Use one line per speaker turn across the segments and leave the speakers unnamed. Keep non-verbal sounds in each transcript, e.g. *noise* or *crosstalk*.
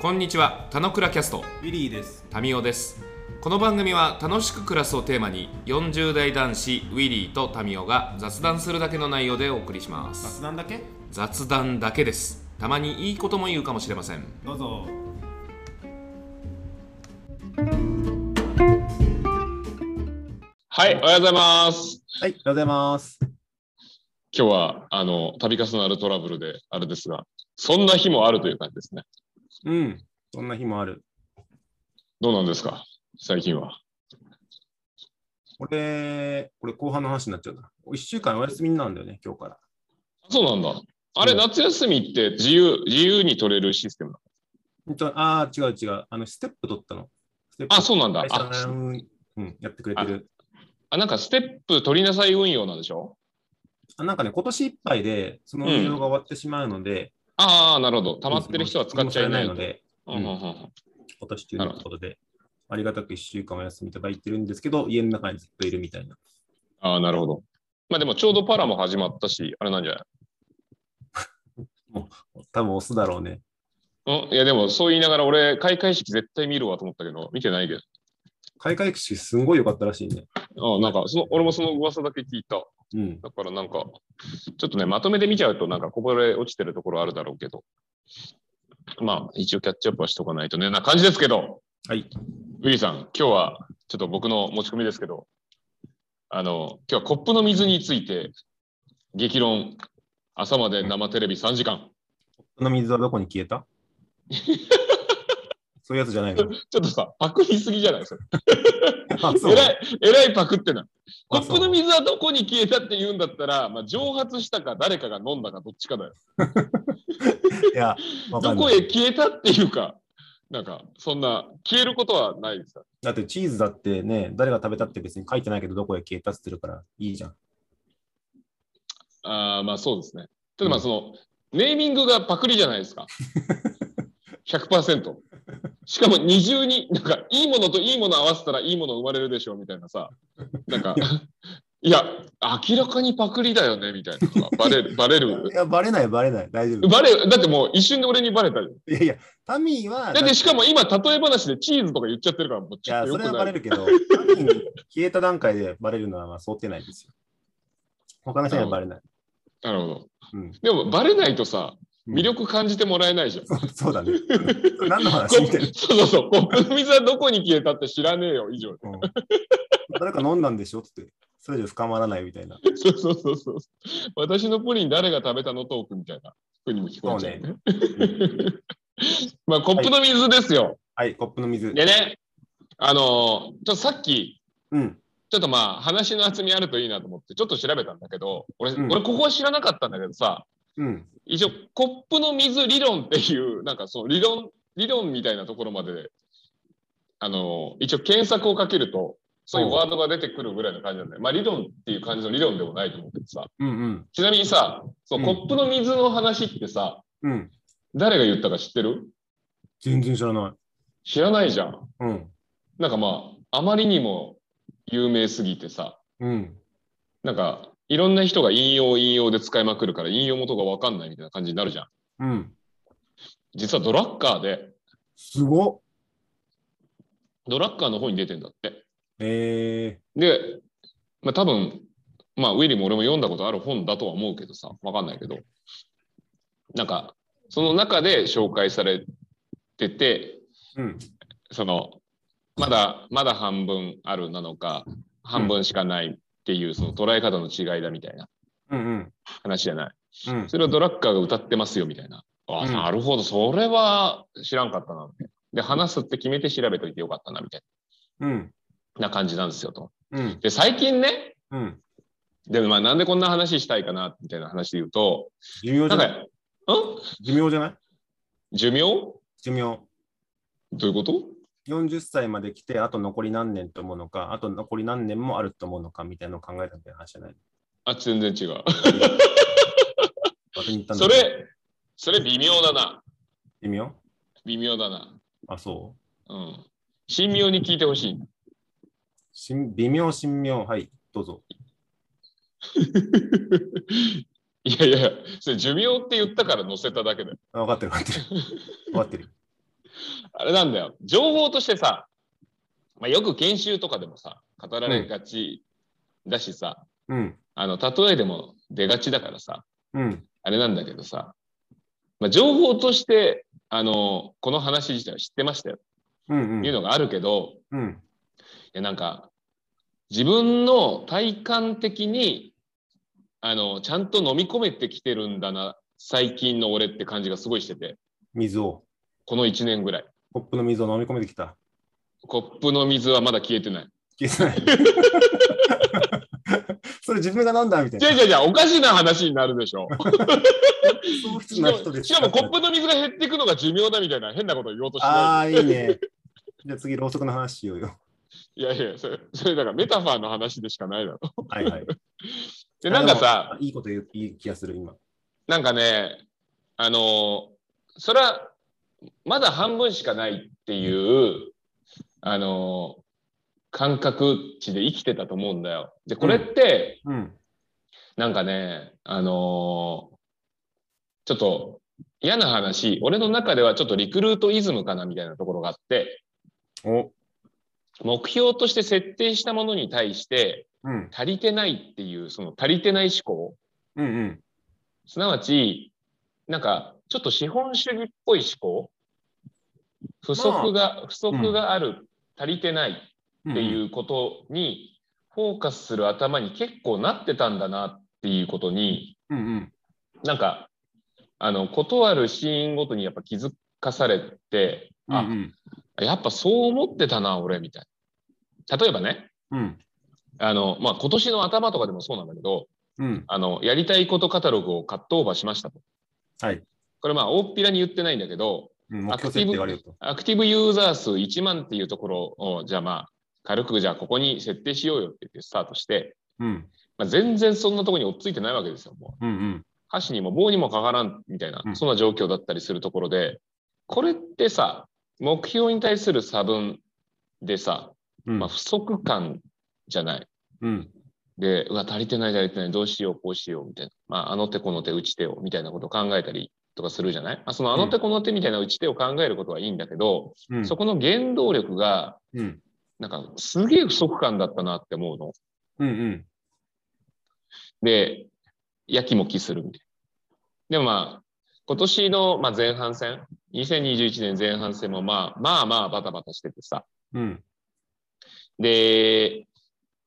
こんにちは、たのくらキャスト、
ウィリーです。
タミオです。この番組は楽しく暮らすをテーマに、40代男子ウィリーとタミオが雑談するだけの内容でお送りします。
雑談だけ
雑談だけです。たまにいいことも言うかもしれません。
どうぞ。
はい、おはようございます。
はい、おはようございます。
今日は、あの、度重なるトラブルで、あれですが、そんな日もあるという感じですね。
うん、そんな日もある。
どうなんですか最近は。
これ、これ後半の話になっちゃうな。1週間お休みなんだよね、今日から。
そうなんだ。あれ、
うん
夏休みって自由、自由に取れるシステムな
ほんとああ、違う違う。あの、ステップ取ったの。ステップ
のあ、そうなんだ
会。社
あ、
のうんうん、やってくれてる。
あなんかステップ取りなさい運用なんでしょ
あなんかね、今年いっぱいで、その運用が終わってしまうので、
ああ、なるほど。溜まってる人は使っちゃいない
の
ので。
で、
うんうんうん
今年中のことで、ありがたく1週間お休みいただいてるんですけど、家の中にずっといるみたいな。
ああ、なるほど。まあでも、ちょうどパラも始まったし、あれなんじゃない
多分押すだろうね。
うん、いやでもそう言いながら俺開会式絶対見るわと思ったけど見てないけ
開会式すんごい良かったらしいね。
どああなんかその俺もその噂だけ聞いた
うん。
だからなんか、ちょっとね、まとめて見ちゃうと、なんかこぼれ落ちてるところあるだろうけど、まあ、一応キャッチアップはしとかないとね、な感じですけど、
はい。
ウィリーさん、今日はちょっと僕の持ち込みですけど、あの、今日はコップの水について、激論、朝まで生テレビ3時間。
この水はどこに消え
*laughs*
たそういうやつじゃないの。
ちょっとさ、パクりすぎじゃないそれ。
あ、そ
え
う。
らい、えらいパクってない。コ
あ
ップの水はどこに消えたって言うんだったら、まあ、蒸発したか誰かが飲んだかどっちかだよ。
いや、わか
ど
んな
こ
い。
へ消えたっていうか、なんか、そんな、消えることはないですか。
だってチーズだってね、誰が食べたって別に書いてないけど、どこへ消えたって言ってるから、いいじゃん。
ああ、まあそうですね。ただまあその、ネーミングがパクリじゃないで
*laughs*
すか。100%。しかも二重に、なんか、いいものといいもの合わせたらいいもの生まれるでしょうみたいなさ、なんか、 *laughs* いや、明らかにパクリだよねみたいなのがバ
*laughs*
レる、バレ
い
る。
や、バレない、バレない。大丈夫。
バレるだってもう一瞬で俺にバレたよ。
いやいや、タミーは、
だってしか
も、
も今、例え話でチーズとか言っちゃってるから、もう
い
ちょ
や、
っと
そ
よ
れは
く
バ
な
レ
い。
るけど、タミーに消えた段階でバレるのはまあ想定内ですよ。他の人にはバレない。
なるほど。
うん。
でも、バレないとさ、魅力感じてもらえないじゃん。
そう *laughs* そう
*laughs*
だね。何の話
コ
みたいな
ップ *laughs* そうそうそう、コップの水はどこに消えたって知らねえよ、以上。
うん誰か飲んだんでしょって言って、それ以上深まらないみた
*laughs*
いな。
そうそうそうそう。私のプリン誰が食べたのトークみたいな風にも聞こえちゃうね。 *laughs* まあ、コップの水ですよ。
はい、コップの水。
でね、あのーちょっとさっき、
うん。
ちょっとまあ、話の厚みあるといいなと思って、ちょっと調べたんだけど、俺、
うん
俺ここは知らなかったんだけどさ、
うん。
一応、コップの水理論っていう、なんかその理論、理論みたいなところまで、あのー一応検索をかけると、そういうワードが出てくるぐらいの感じなんだよ。まあ、理論っていう感じの理論でもないと思うけどさ。
うんうん。
ちなみにさ、そう
うん
コップの水の話ってさ、
うん。
誰が言ったか知ってる
全然知らない。
知らないじゃん。
うん。
なんかまあ、あまりにも有名すぎてさ、
うん。
なんかいろんな人が引用引用で使いまくるから引用元がわかんないみたいな感じになるじゃん。
うん。
実はドラッカーで、
すごっ。
ドラッカーの方に出てんだって。
え
で、まあ多分、まあウィリーも俺も読んだことある本だとは思うけどさ、わかんないけど、なんかその中で紹介されてて、
ー。うん。
そのまだまだ半分あるなのか半分しかないっていうその捉え方の違いだみたいな
うんうん。
話じゃない
うん。
それをドラッカーが歌ってますよみたいなあ、
うん
なるほどそれは知らんかったなってで話すって決めて調べといてよかったなみたい
うん。
な感じなんですよと
うん。
で最近ね
うん。
でまあなんでこんな話したいかなみたいな話で言うと
寿命じ
な
ゃ
ん
な
か
い
ん
寿命じゃない
寿命
寿命。
どういうこと
40歳まで来て、あと残り何年と思うのか、あと残り何年もあると思うのかみたいなのを考えたみたいな話じゃない。
あ全然違う
私に言ったんだ
そ
けど。
れそれ微妙だな
寿命
微妙だな
あ、そう
うん神妙に聞いてほしい。 *laughs*
しん微妙、神妙。はい、どうぞ。
いやいや、それ寿命って言ったから載せただけだよ。 *laughs*
あ分かってる、分かってる。分かってる。
あれなんだよ。情報としてさ、まあ、よく研修とかでもさ、語られがちだしさ、
うん。
あの、例えでも出がちだからさ、
うん。
あれなんだけどさ、まあ、情報として、あの、この話自体は知ってましたよ、
うん。う
いうのがあるけど、
ん。
いや、なんか、自分の体感的に、あの、ちゃんと飲み込めてきてるんだな、最近の俺って感じがすごいしてて、
水を。
この1年ぐらい。
コップの水を飲み込めてきた。
コップの水はまだ消えてない。
消えない。 *laughs* それ自分が飲んだみたい
じゃ
な。
じゃじゃおかしな話になるでしょ。
そう普
し
通
か
な
も
人です
しかもコップの水が減っていくのが寿命だみたいな変なことを言おうとしてな
ああ、いいね。じゃあ次、ろうそくの話しようよ。
い。いやいや、それ、それだからメタファーの話でしかないだろ。
*laughs* はいはい。
で、なんかさ
あ、、いいこと言ういい気がする、今。
なんかね、あのーそれは、まだ半分しかないっていう、あのー感覚値で生きてたと思うんだよ。で、これって、
うん。
なんかね、あのーちょっと嫌な話、俺の中ではちょっとリクルートイズムかなみたいなところがあって、
お。
目標として設定したものに対して
うん。
足りてないっていう、その足りてない思考、
うんうん。
すなわち、なんかちょっと資本主義っぽい思考、不足が、不足がある、足りてないっていうことにフォーカスする頭に結構なってたんだなっていうことに、
うんうん。
なんか、あの、断るシーンごとにやっぱ気づかされて、
うんう
あ、
ん。
やっぱそう思ってたな、俺、みたいな。例えばね、
うん。
あの、まあ、今年の頭とかでもそうなんだけど、
うん。
あの、やりたいことカタログをカットオーバーしましたと。
はい。
これまあ、大っぴらに言ってないんだけど、
うん目標設定があるよと。
アクティブユーザー数1万っていうところを、じゃあまあ、軽くじゃあここに設定しようよって言ってスタートして、
うん。
まあ、全然そんなところに追っついてないわけですよ、もう。
うんうん。
箸にも棒にもかからんみたいな
う、ん
そんな状況だったりするところで、これってさ、目標に対する差分でさ、
うん。
まあ、不足感じゃない。
うん。
で、うわ、足りてない、足りてない、どうしよう、こうしよう、みたいな。まあ、あの手この手、打ち手を、みたいなことを考えたりとかするじゃない、まあ、そのあの手この手みたいな打ち手を考えることはいいんだけど、
うん。
そこの原動力が、
うん。
なんか、すげえ不足感だったなって思うの。
うんうん。
で、やきもきするみたいな。でもまあ、今年のまあ前半戦、2021年前半戦もまあまあまあバタバタしててさ。
うん。
で、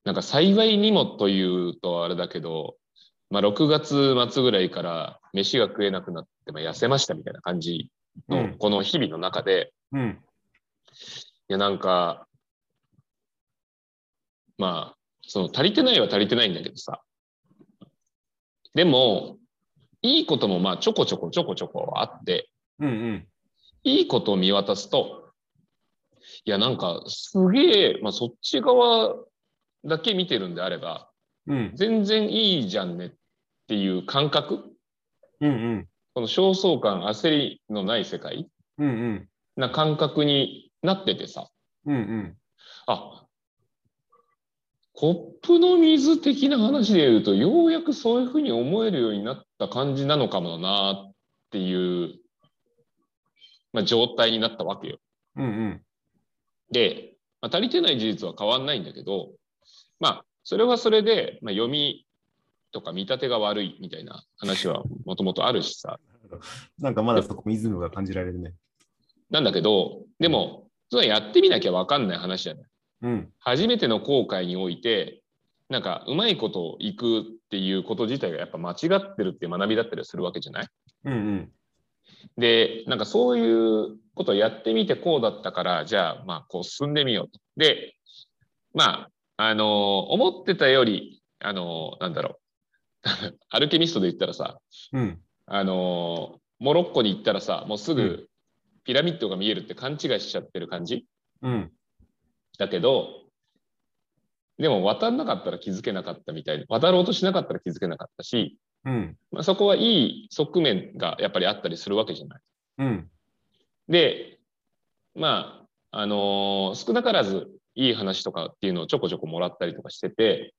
なんか幸いにもというとあれだけど、まあ6月末ぐらいから飯が食えなくなって、まあ痩せましたみたいな感じ
う
の
ん
この日々の中で、
うん。
いやなんか、まあ、その足りてないは足りてないんだけどさ。でも、いいこともまあちょこちょこちょこちょこあって、
うんうん。
いいことを見渡すと、いやなんかすげえ、まあそっち側だけ見てるんであれば、
うん。
全然いいじゃんねっていう感覚
うんうん。
この焦燥感、焦りのない世界
うんうん。
な感覚になっててさ。
うんうん。
あコップの水的な話で言うと、ようやくそういうふうに思えるようになった感じなのかもなっていう、まあ、状態になったわけよ。
うんうん。
で、まあ足りてない事実は変わんないんだけど、まあ、それはそれで、まあ、読みとか見立てが悪いみたいな話はもともとあるしさ、
なんかまだそこ、リズムが感じられるね。
なんだけど、でも、それはやってみなきゃ分かんない話じゃない。
うん。
初めての航海においてなんかうまいこといくっていうこと自体がやっぱ間違ってるっていう学びだったりするわけじゃない
うんうん。
でなんかそういうことをやってみてこうだったからじゃあまあこう進んでみようと。でまああのー思ってたよりあのーなんだろう *laughs* アルケミストで言ったらさ
うん。
あのーモロッコに行ったらさもうすぐピラミッドが見えるって勘違いしちゃってる感じ
うん。
だけど、でも渡んなかったら気づけなかったみたいで、渡ろうとしなかったら気づけなかったし、
うん。
まあ、そこはいい側面がやっぱりあったりするわけじゃない。
うん。
で、まあ、あのー少なからずいい話とかっていうのをちょこちょこもらったりとかしてて、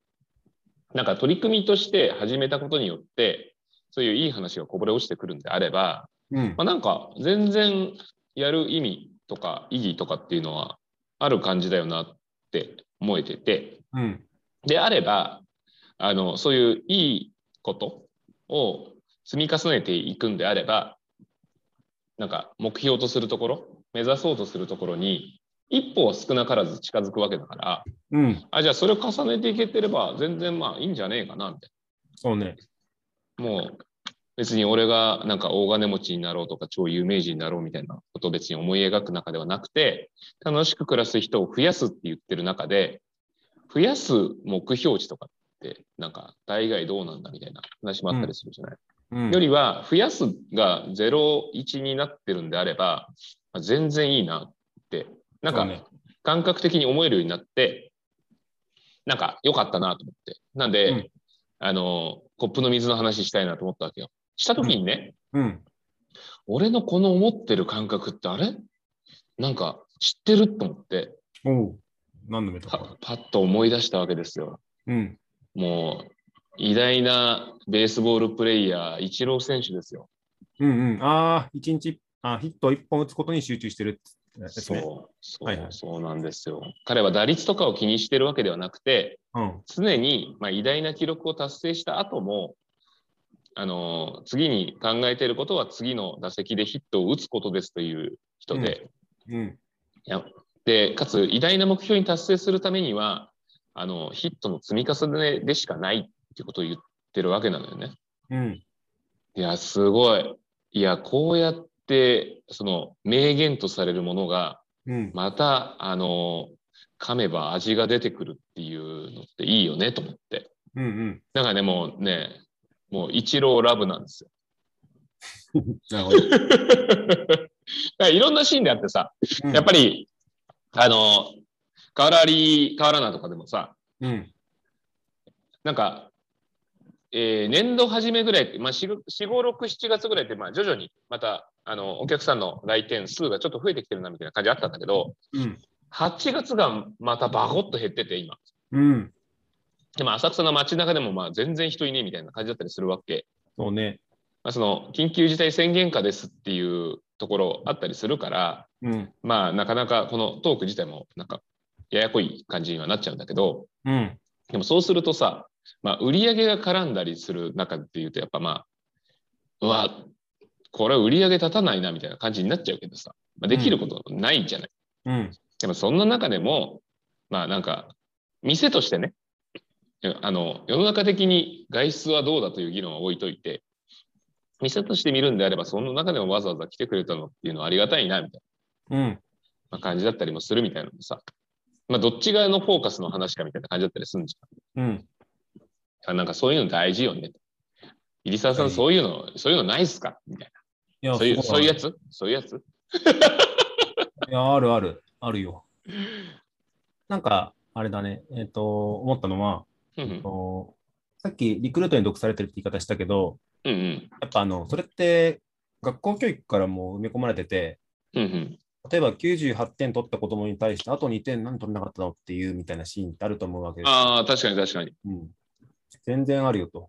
なんか取り組みとして始めたことによって、そういういい話がこぼれ落ちてくるんであれば、
うん
まあ、。なんか全然やる意味とか意義とかっていうのはある感じだよなって思えてて
うん。
であればあのそういういいことを積み重ねていくんであればなんか目標とするところ目指そうとするところに一歩は少なからず近づくわけだから
うん。
あじゃあそれを重ねていけてれば全然まあいいんじゃねえかなって
そうね。
もう別に俺がなんか大金持ちになろうとか超有名人になろうみたいなことを別に思い描く中ではなくて楽しく暮らす人を増やすって言ってる中で増やす目標値とかってなんか大概どうなんだみたいな話もあったりするじゃない、
うん。
よりは増やすが01になってるんであればまあ全然いいなってなん
そ
か
うね
感覚的に思えるようになって、なんか良かったなと思って。なんで、
うん
あの、コップの水の話したいなと思ったわけよ。した時にね、
うん。
俺のこの思ってる感覚ってあれなんか知ってると思って、
おう。何のメタファー
パパッと思い出したわけですよ。
うん。
もう、偉大なベースボールプレイヤー、イチロー選手ですよ。
うんうん。ああ、一日、あヒット一本打つことに集中してるってやつ
そう
ね。、
そう、
はいはい
そうなんですよ。彼は打率とかを気にしてるわけではなくて、
うん。
常に、まあ、偉大な記録を達成した後も、あのー次に考えていることは次の打席でヒットを打つことですという人で,、
うん。
でかつ偉大な目標に達成するためにはあのヒットの積み重ねでしかないっていうことを言ってるわけなのよね。
うん。
いやすごいいやこうやってその名言とされるものが
うん。
またあのー噛めば味が出てくるっていうのっていいよねと思って。
うん
*laughs*
うん。
なんかね、もうね、もう一郎ラブなんですよ。
なるほど。
だからいろんなシーンであってさ、やっぱり、あの、河原あり、河原なとかでもさ、
うん。
なんか、えー年度初めぐらいって、まあ、4、5、6、7月ぐらいって、まあ、徐々にまた、あの、お客さんの来店数がちょっと増えてきてるなみたいな感じあったんだけど、
うん。
8月がまたバコッと減ってて、今。
うん。
でも、浅草の街中でも、まあ、全然人いねえみたいな感じだったりするわけ。
そうね。
まあ、その緊急事態宣言下ですっていうところあったりするから、
うん。
まあ、なかなかこのトーク自体もなんかややこい感じにはなっちゃうんだけど
うん。
でもそうするとさ、まあ、売り上げが絡んだりする中っていうとやっぱまあうわこれ売り上げ立たないなみたいな感じになっちゃうけどさ、まあ、できることないじゃない、
うん。
でもそんな中でもまあなんか店としてねあの世の中的に外出はどうだという議論は置いといて店として見るんであればその中でもわざわざ来てくれたのっていうのはありがたいなみたい
うん。
な感じだったりもするみたいなのもさ、まあ、どっち側のフォーカスの話かみたいな感じだったりするんじ
うん。
ゃんあなんかそういうの大事よね入澤さ
は
ん
い
そういうの、そういうのないっすかみたい
いや
なそういうそういうや
つ。
つそういうやつ
いや、あるある。あるよ。なんか、あれだね。えっ、と、思ったのは、
うん
あのさっきリクルートに毒されてるって言い方したけど、
うんうん
やっぱあの、それって学校教育からも埋め込まれてて、
うんうん
例えば98点取った子供に対して、あと2点何取れなかったのっていうみたいなシーンってあると思うわけです。
ああ確かに確かに
うん、全然あるよと。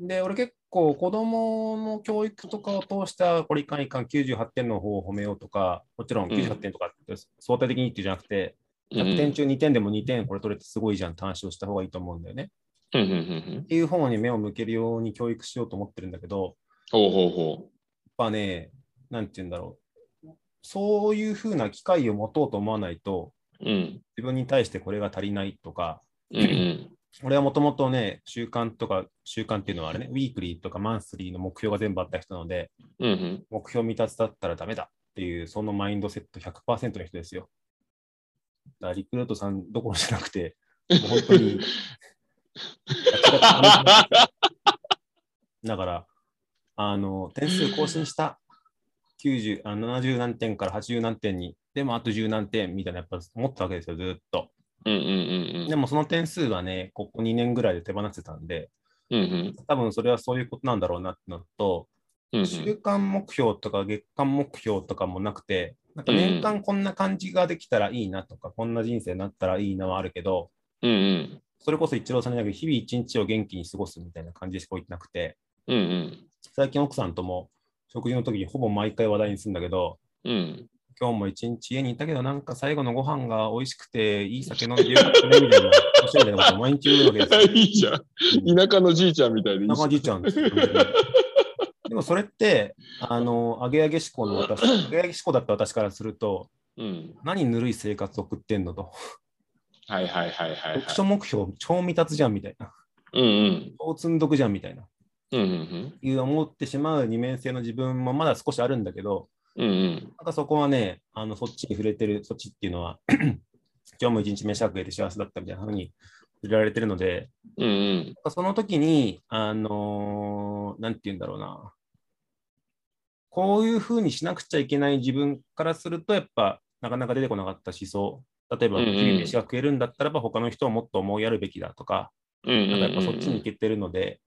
で、俺結構子供の教育とかを通した、これいかんいかん98点の方を褒めようとか、もちろん98点とかって相対的にっていうんじゃなくて、
うんうん
100点中2点でも2点これ取れてすごいじゃんって話をした方がいいと思うんだよね。
うんうんうんうん
っていう方に目を向けるように教育しようと思ってるんだけど、
ほうほうほ
や
う
っぱね、なんて言うんだろう。そういうふうな機会を持とうと思わないと、
うん。
自分に対してこれが足りないとか、
うんうん。
俺はもともとね、習慣とか、習慣っていうのはあれね、ウィークリーとかマンスリーの目標が全部あった人なので、
うんうん。
目標未達だったらダメだっていう、そのマインドセット100%の人ですよ。だからリクルートさんどころじゃなくて、もう本当に。だから、あの、点数更新した。90あ70何点から80何点に、でもあと10何点みたいな、やっぱ思ったわけですよ、ずっと。
うんうんうん
でもその点数がね、ここ2年ぐらいで手放せたんで、
うん。うん
多分それはそういうことなんだろうなってのと、
うん。
週間目標とか月間目標とかもなくて、なんか年間こんな感じができたらいいなとか、こんな人生になったらいいなはあるけど、
うんうん。
それこそ一郎さんじゃなく日々一日を元気に過ごすみたいな感じでしか言ってなくて、
うんうん。
最近奥さんとも食事の時にほぼ毎回話題にするんだけど、
うん。
今日も一日家にいたけど、なんか最後のご飯が美味しくて、いい酒飲んでよかったねみたいな、おしゃれなこと毎日言うわけですよ。
いいじゃん。田舎のじいちゃんみたいでいい
な
じゃん
じいちゃんですよ本当にでもそれって、あの、あげあげ志向の私、あげあげ志向だった私からすると、
うん。
何ぬるい生活送ってんのと、
はいはいはいはい、はい
読。書目標超未達じゃんみたいな、
うんうん。
超積んどくじゃんみたいな、
うんうん
いう思ってしまう二面性の自分もまだ少しあるんだけど、
うん。うんうん。
なんかそこはね、あのそっちに触れてる、そっちっていうのは、 *clears throat* 今日も一日飯食えて幸せだったみたいなふうに触れられてるので、
うんうん。
なんかその時に、あのーなんて言うんだろうな、こういうふうにしなくちゃいけない自分からすると、やっぱなかなか出てこなかった思想、例えば、
うんうん
日々飯が食えるんだったらば、他の人をもっと思いやるべきだとか、
うんうん
な
うんん
かやっぱそっちに行けてるので、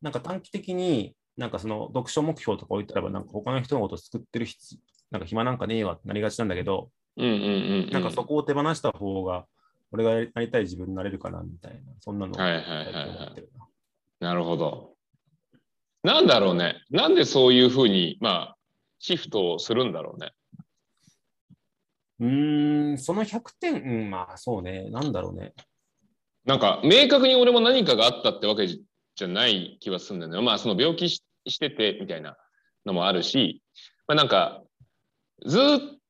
なんか短期的に、なんかその読書目標とか置いたらば、なんか他の人のこと救ってる必なんか暇なんかねえわってなりがちなんだけど、
うんうんうん。
なんかそこを手放した方が、俺がなりたい自分になれるかなみたいな、そんなのを
はいはいはい
最近思
は
ってるな。
い。なるほど。なんだろうね。なんでそういうふうに、まあ、シフトをするんだろうね。
うーん、その100点、うん、まあそうね、なんだろうね。
なんか、明確に俺も何かがあったってわけじゃない気はするんだよね。まあ、その病気ししててみたいなのもあるし、まあ、なんか、ずっ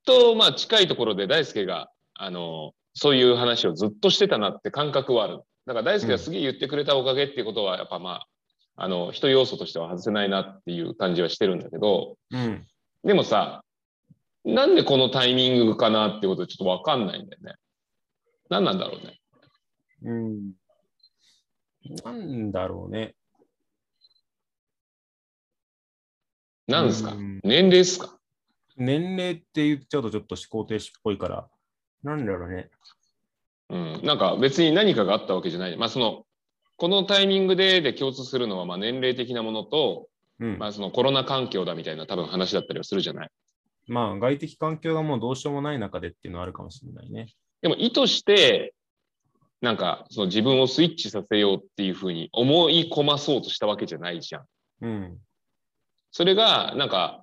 と、まあ、近いところで大輔が、あの、そういう話をずっとしてたなって感覚はある。だから大輔がすげえ言ってくれたおかげっていうことは、やっぱまあ、あの、人要素としては外せないなっていう感じはしてるんだけど、
うん。
でもさ、なんでこのタイミングかなってことちょっとわかんないんだよね。何なんだろうね。
うん。なんだろうね。
何ですか
うん
年齢ですか
年齢って言っちゃうとちょっと思考停止っぽいから、なんだろうね。
うん、なんか別に何かがあったわけじゃない。まあその、このタイミングでで共通するのはまあ年齢的なものと、
うん。
まあそのコロナ環境だみたいな多分話だったりはするじゃない。
まあ、外的環境がもうどうしようもない中でっていうのはあるかもしれないね。
でも意図して、なんかその自分をスイッチさせようっていうふうに思い込まそうとしたわけじゃないじゃん。
うん。
それがなんか、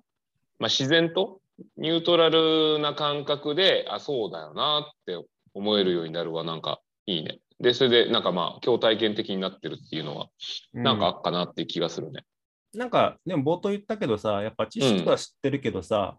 まあ、自然とニュートラルな感覚で、あ、そうだよなって思えるようになるはなんかいいね。で、それでなんかまあ今日体験的になってるっていうのはなんかあっかなっていう気がするね。
うん、なんか、でも冒頭言ったけどさ、やっぱ知識は知ってるけどさ、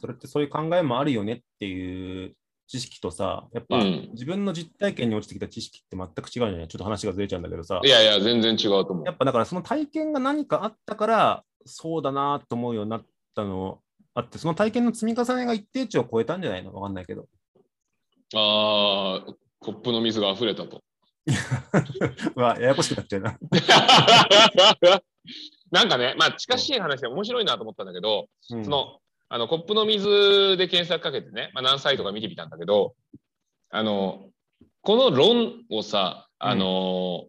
それってそういう考えもあるよねっていう知識とさ、やっぱ
うん
自分の実体験に落ちてきた知識って全く違うじゃないちょっと話がずれちゃうんだけどさ
い、やいや、全然違うと思
やっ
う。
ぱだからその体験が何かあったから、そうだなと思うようになったのあって、その体験の積み重ねが一定値を超えたんじゃないのわかんないけど。
ああ、コップの水が溢れた *laughs* と。
うわ、ややこしくなっちゃうな。
なんかね、まあ近しい話で面白いなと思ったんだけど、
うん
その、あの、コップの水で検索かけてね、まあ何歳とか見てみたんだけど、あの、この論をさ、あの、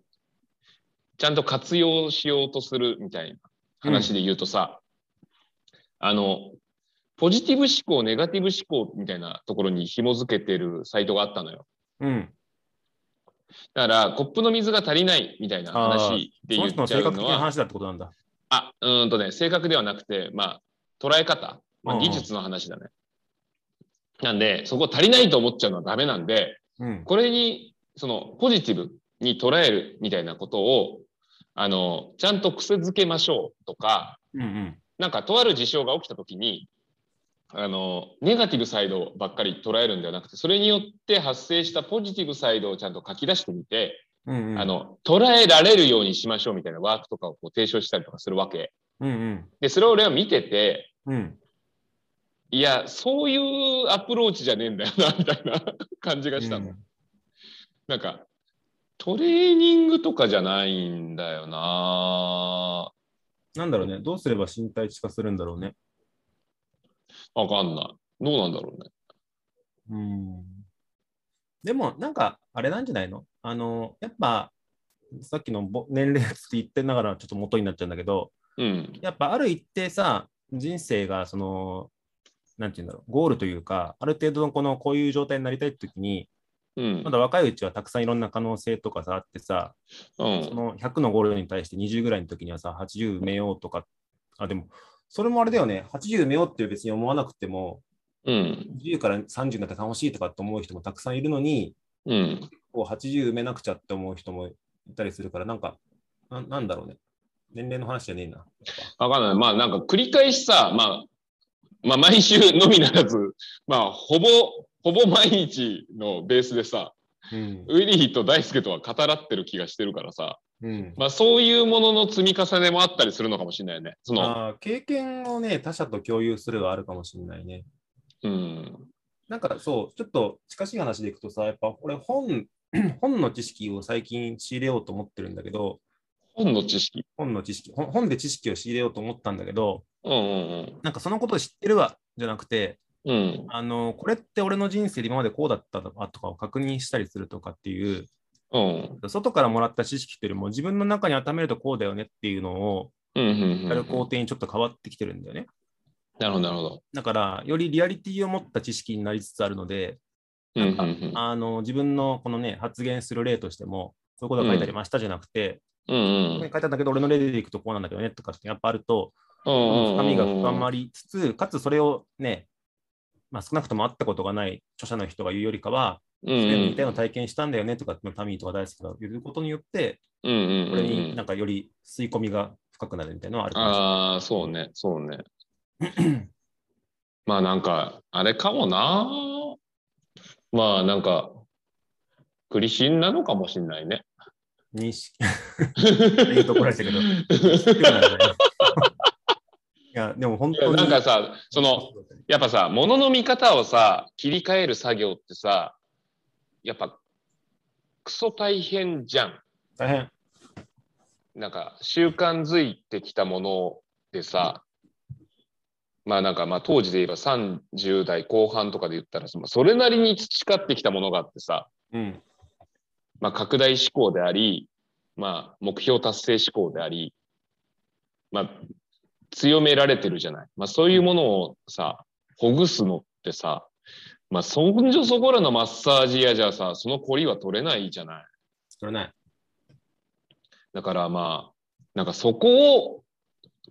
ちゃんと活用しようとするみたいな話で言うとさ、あの、ポジティブ思考、ネガティブ思考みたいなところに紐づけてるサイトがあったのよ。
うん。
だから、コップの水が足りないみたいな話で
そ
言
の
っ
人の
ちゃ
性
う
格的
の
な
は、
話だってことなんだ。
あ、うーんとね、正確ではなくて、まあ、捉え方、ま
う
あ、
んうん
技術の話だね。なんで、そこ足りないと思っちゃうのはダメなんで、
うん。
これに、その、ポジティブに捉えるみたいなことを、あの、ちゃんと癖づけましょうとか、
うんうん。
なんかとある事象が起きた時にあのネガティブサイドばっかり捉えるんではなくてそれによって発生したポジティブサイドをちゃんと書き出してみて、
うんうん、
あの捉えられるようにしましょうみたいなワークとかをこう提唱したりとかするわけ
うんうん
でそれを俺は見てて
うん
いやそういうアプローチじゃねえんだよなみたいな *laughs* 感じがしたの、なんかトレーニングとかじゃないんだよな
なんだろうね、どうすれば身体値化するんだろうね。
わかんないどうなんだろうね
うん、でも、なんか、あれなんじゃないのあの、やっぱ、さっきのぼ年齢って言ってながらちょっと元になっちゃうんだけど、
うん
やっぱある一定さ、人生がその、なんて言うんだろう、ゴールというか、ある程度のこのこういう状態になりたいときに、
うん
まだ若いうちはたくさんいろんな可能性とかさ、あってさ、
う
そ
ん
の100のゴールに対して20ぐらいの時にはさ、80埋めようとか、あ、でも、それもあれだよね、80埋めようって別に思わなくても、
うん。
10から30になって楽しいとかって思う人もたくさんいるのに、
うん。
こう80埋めなくちゃって思う人もいたりするから、なんか、ななんだろうね。年齢の話じゃねえな。
わかんない。まあなんか繰り返しさ、まあ、まあ毎週のみならず、まあほぼ、ほぼ毎日のベースでさ、
うん。
ウィリーと大輔とは語らってる気がしてるからさ、
うん、
まあそういうものの積み重ねもあったりするのかもしれないね。その、
あー経験をね、他者と共有するはあるかもしれないね。
うん。
なんかそう、ちょっと近しい話でいくとさ、やっぱ俺本、 *clears throat* 本の知識を最近仕入れようと思ってるんだけど、
本の知識。
本の知識、本本で知識を仕入れようと思ったんだけど、
うんうん
なんかそのことを知ってるわじゃなくて、
うん。うん。
あの、これって俺の人生で今までこうだったわとかを確認したりするとかっていう、
うん。
外からもらった知識というよりも自分の中に温めるとこうだよねっていうのを
うんうん
や
う
る
ん。
工程にちょっと変わってきてるんだよね。
なるほど、なるほど。
だから、よりリアリティを持った知識になりつつあるので、
うんうんうん。
あの自分のこのね、発言する例としても、そういうことが書いてありましたじゃなくて、
うん
ここ
うん
に書いてあるんだけど、俺の例でいくとこうなんだけどねとかってやっぱあると、
うん。
深みが深ま
り。
りつつ、かつそれをね、まあ、少なくとも会ったことがない著者の人が言うよりかは、
うん
そうれに似
ん
たような体験したんだよねとか、タミーとか大好きが言うことによって、
うんうん
こ
うん
れ
う
に
ん
なんかより吸い込みが深くなるみたいなのはあるかもし
ああ、そうね、そうね。まあなんか、あれかもな。まあなんか、クリシンなのかもしんないね。
れない。認識言うと怒られたけ
*laughs*
どいや、でも本
いや
当に。
なんかさ、その、やっぱさ、物の見方をさ、切り替える作業ってさ、やっぱ、クソ大変じゃん。
大変。
なんか習慣づいてきたものでさ、まあなんかまあ当時で言えば30代後半とかで言ったらそのそれなりに培ってきたものがあってさ、
うん。
まあ、拡大志向であり、まあ、目標達成志向であり、まあ、強められてるじゃない、まあ、そういうものをさほぐすのってさ、まあ、そんじょそこらのマッサージ屋じゃさその凝りは取れないじゃない。
それない。
だからまあ、なんかそこを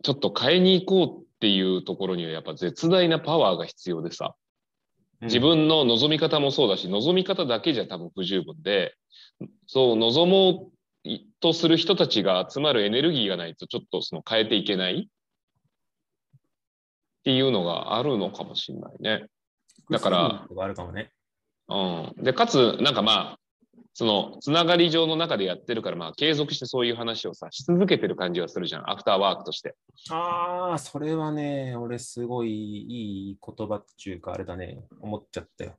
ちょっと変えに行こうっていうところにはやっぱ絶大なパワーが必要でさ、
うん
自分の望み方もそうだし、望み方だけじゃ多分不十分で、そう望もうとする人たちが集まるエネルギーがないとちょっとその変えていけないっていうのがあるのかもしれないね。だから
複数のことがあるかもね。
うん、でかつなんかまあそのつながり上の中でやってるからまあ継続してそういう話をさし続けてる感じはするじゃんアフターワークとして
ああ、それはね、俺すごいいい言葉っていうか、あれだね、思っちゃったよ。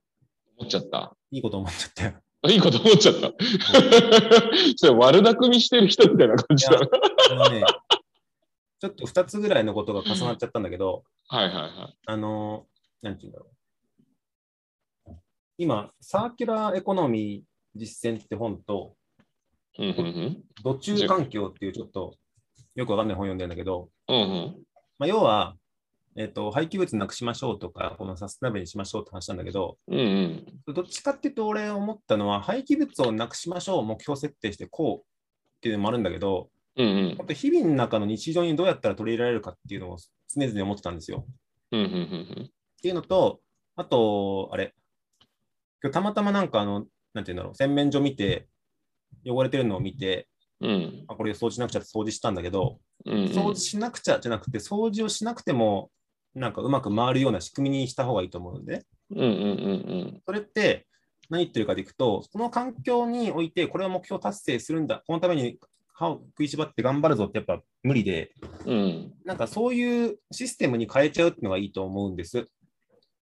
思っちゃった *laughs*
いいこと思っちゃったよ。
いいこと思っちゃった *laughs* それ悪巧みしてる人みたいな感じだな
あのね、ちょっと2つぐらいのことが重なっちゃったんだけど、
はいはいはい
あの、なんていうんだろう。今、サーキュラーエコノミー実践って本と、
うんうん
土中環境っていうちょっとよくわかんない本読んでんだけど、
うんうんうん
まあ、要は、えっと、廃棄物なくしましょうとか、このサステナブルにしましょうって話なんだけど、
うんうん
どっちかっていうと、俺思ったのは、廃棄物をなくしましょう、目標設定してこうっていうのもあるんだけど、
うんうん
本当日々の中の日常にどうやったら取り入れられるかっていうのを常々思ってたんですよ。
うんうんうん
っていうのと、あと、あれ、今日たまたまなんかあの、なんていうんだろう、洗面所見て、汚れてるのを見て、
うん
あこれ掃除しなくちゃって掃除したんだけど、
うん
掃除しなくちゃじゃなくて、掃除をしなくても、なんかうまく回るような仕組みにした方がいいと思うので、
うんうんうん
それって何言ってるかでいくと、その環境においてこれを目標達成するんだ、このために歯を食いしばって頑張るぞってやっぱ無理で、
うんうん
なんかそういうシステムに変えちゃうっていうのがいいと思うんです。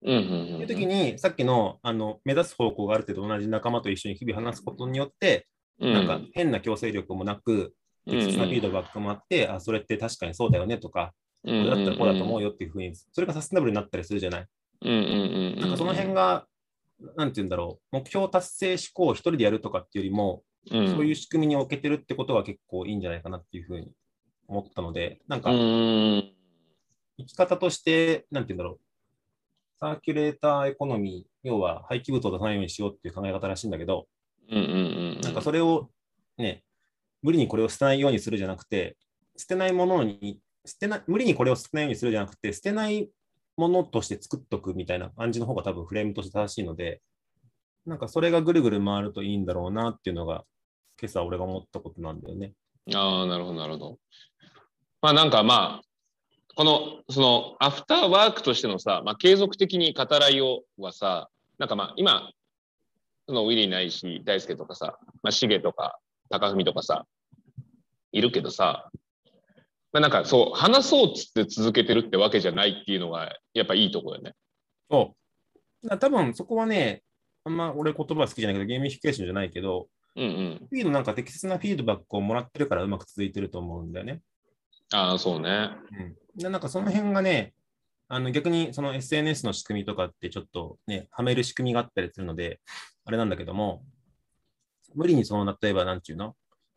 うんうん
と
うん
いう時に、さっきのあの目指す方向がある程度同じ仲間と一緒に日々話すことによって、
うん
なんか変な強制力もなく、
うん
適切なフィードバックもあって、あ、それって確かにそうだよねとか、
う
こ
ん
れだったらこうだと思う
よ
よっていうふうに、それがサステナブルになったりするじゃない。
うんうんうん
なんかその辺が、なんて言うんだろう、目標達成志向を一人でやるとかっていうよりも、
そう
そういう
う
仕組みに置けてるってことは結構いいんじゃないかなっていうふうに思ったので、なんか
んうん
生き方として、なんて言うんだろう、サーキュレーターエコノミー、要は廃棄物を出さないようにしようっていう考え方らしいんだけど、
うんうんうん
なんかそれをね、無理にこれを捨てないようにするじゃなくて、捨てないものに、捨てない無理にこれを捨てないようにするじゃなくて、捨てないものとして作っとくみたいな感じの方が多分フレームとして正しいので、なんかそれがぐるぐる回るといいんだろうなっていうのが、今朝俺が思ったことなんだよね。
ああ、なるほど、なるほど。まあなんかまあ、この、その、アフターワークとしてのさ、まあ継続的に語らいをはさ、なんかまあ今、そのウィリーないし、大輔とかさ、まあシゲとか、高文とかさ、いるけどさ、まあなんかそう、話そうっつって続けてるってわけじゃないっていうのが、やっぱいいとこだよね。
そう。だ多分そこはね、あんま俺言葉好きじゃないけど、ゲーミフィケーションじゃないけど、
うんうん。
フィードなんか適切なフィードバックをもらってるからうまく続いてると思うんだよね。
ああ、そうね。
うん、でなんかその辺がね、あの逆にその SNS の仕組みとかってちょっとね、はめる仕組みがあったりするので、あれなんだけども、無理にその、例えばなんていうの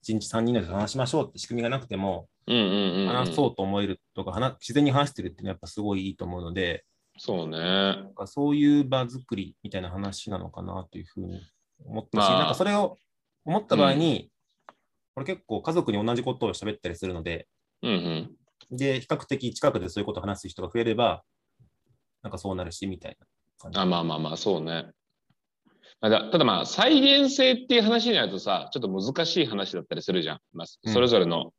?1 日3人で話しましょうって仕組みがなくても、
うんうんうん、うん。
話そうと思えるとか、話自然に話してるっていうのはやっぱすごいいいと思うので、
そうね。
なんかそういう場作りみたいな話なのかなというふうに思ったし、
まあ
なんかそれを思った場合に、これ結構家族に同じことを喋ったりするので、
うんうん。
で、比較的近くでそういうことを話す人が増えれば、なんかそうなるし、みたいな感じ。
あまあまあまあそうね。まあだただまあ再現性っていう話になるとさちょっと難しい話だったりするじゃん。ま
う
あ、
ん
それぞれの、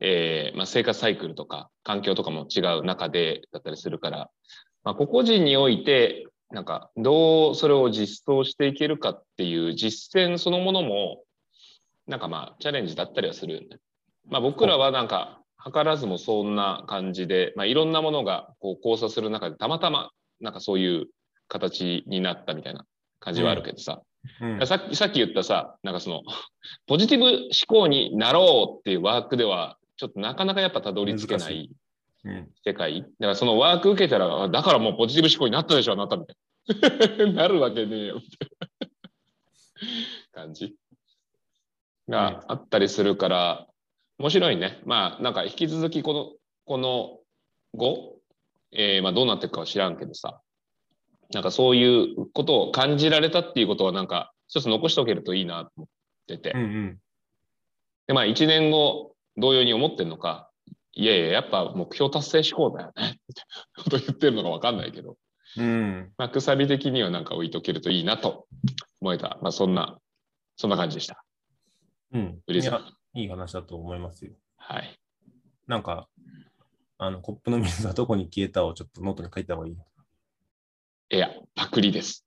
えーまあ、生活サイクルとか環境とかも違う中でだったりするから、まあ、個々人においてなんかどうそれを実装していけるかっていう実践そのものもなんかまあチャレンジだったりはするよね。まあ、僕らはなんか図らずもそんな感じで、まあ、いろんなものがこう交差する中でたまたまなんかそういう形になったみたいな感じはあるけどさ、
うん
さっきさっき言ったさなんかその *laughs* ポジティブ思考になろうっていうワークではちょっとなかなかやっぱたどり着けな
難し
い
うん
世界だからそのワーク受けたらあだからもうポジティブ思考になったでしょあなたみたいな *laughs* なるわけねえよみたいな感じがあったりするから面白いねまあなんか引き続きこのこの後、えーまあ、どうなっていくかは知らんけどさなんかそういうことを感じられたっていうことはなんか一つ残しておけるといいなと思ってて、
うんうん
で、まあ、1年後、同様に思ってんのか、いやいや、やっぱ目標達成志向だよね、 *laughs* みたいなこと言ってるのかわかんないけど、
うん
まあ、くさび的にはなんか置いとけるといいなと思えた、まあ、そんな、そんな感じでした。
うん
うれ
い
しい
や。いい話だと思いますよ。
はい。
なんか、あのコップの水はどこに消えたをちょっとノートに書いた方がいい。
いや、パクリです。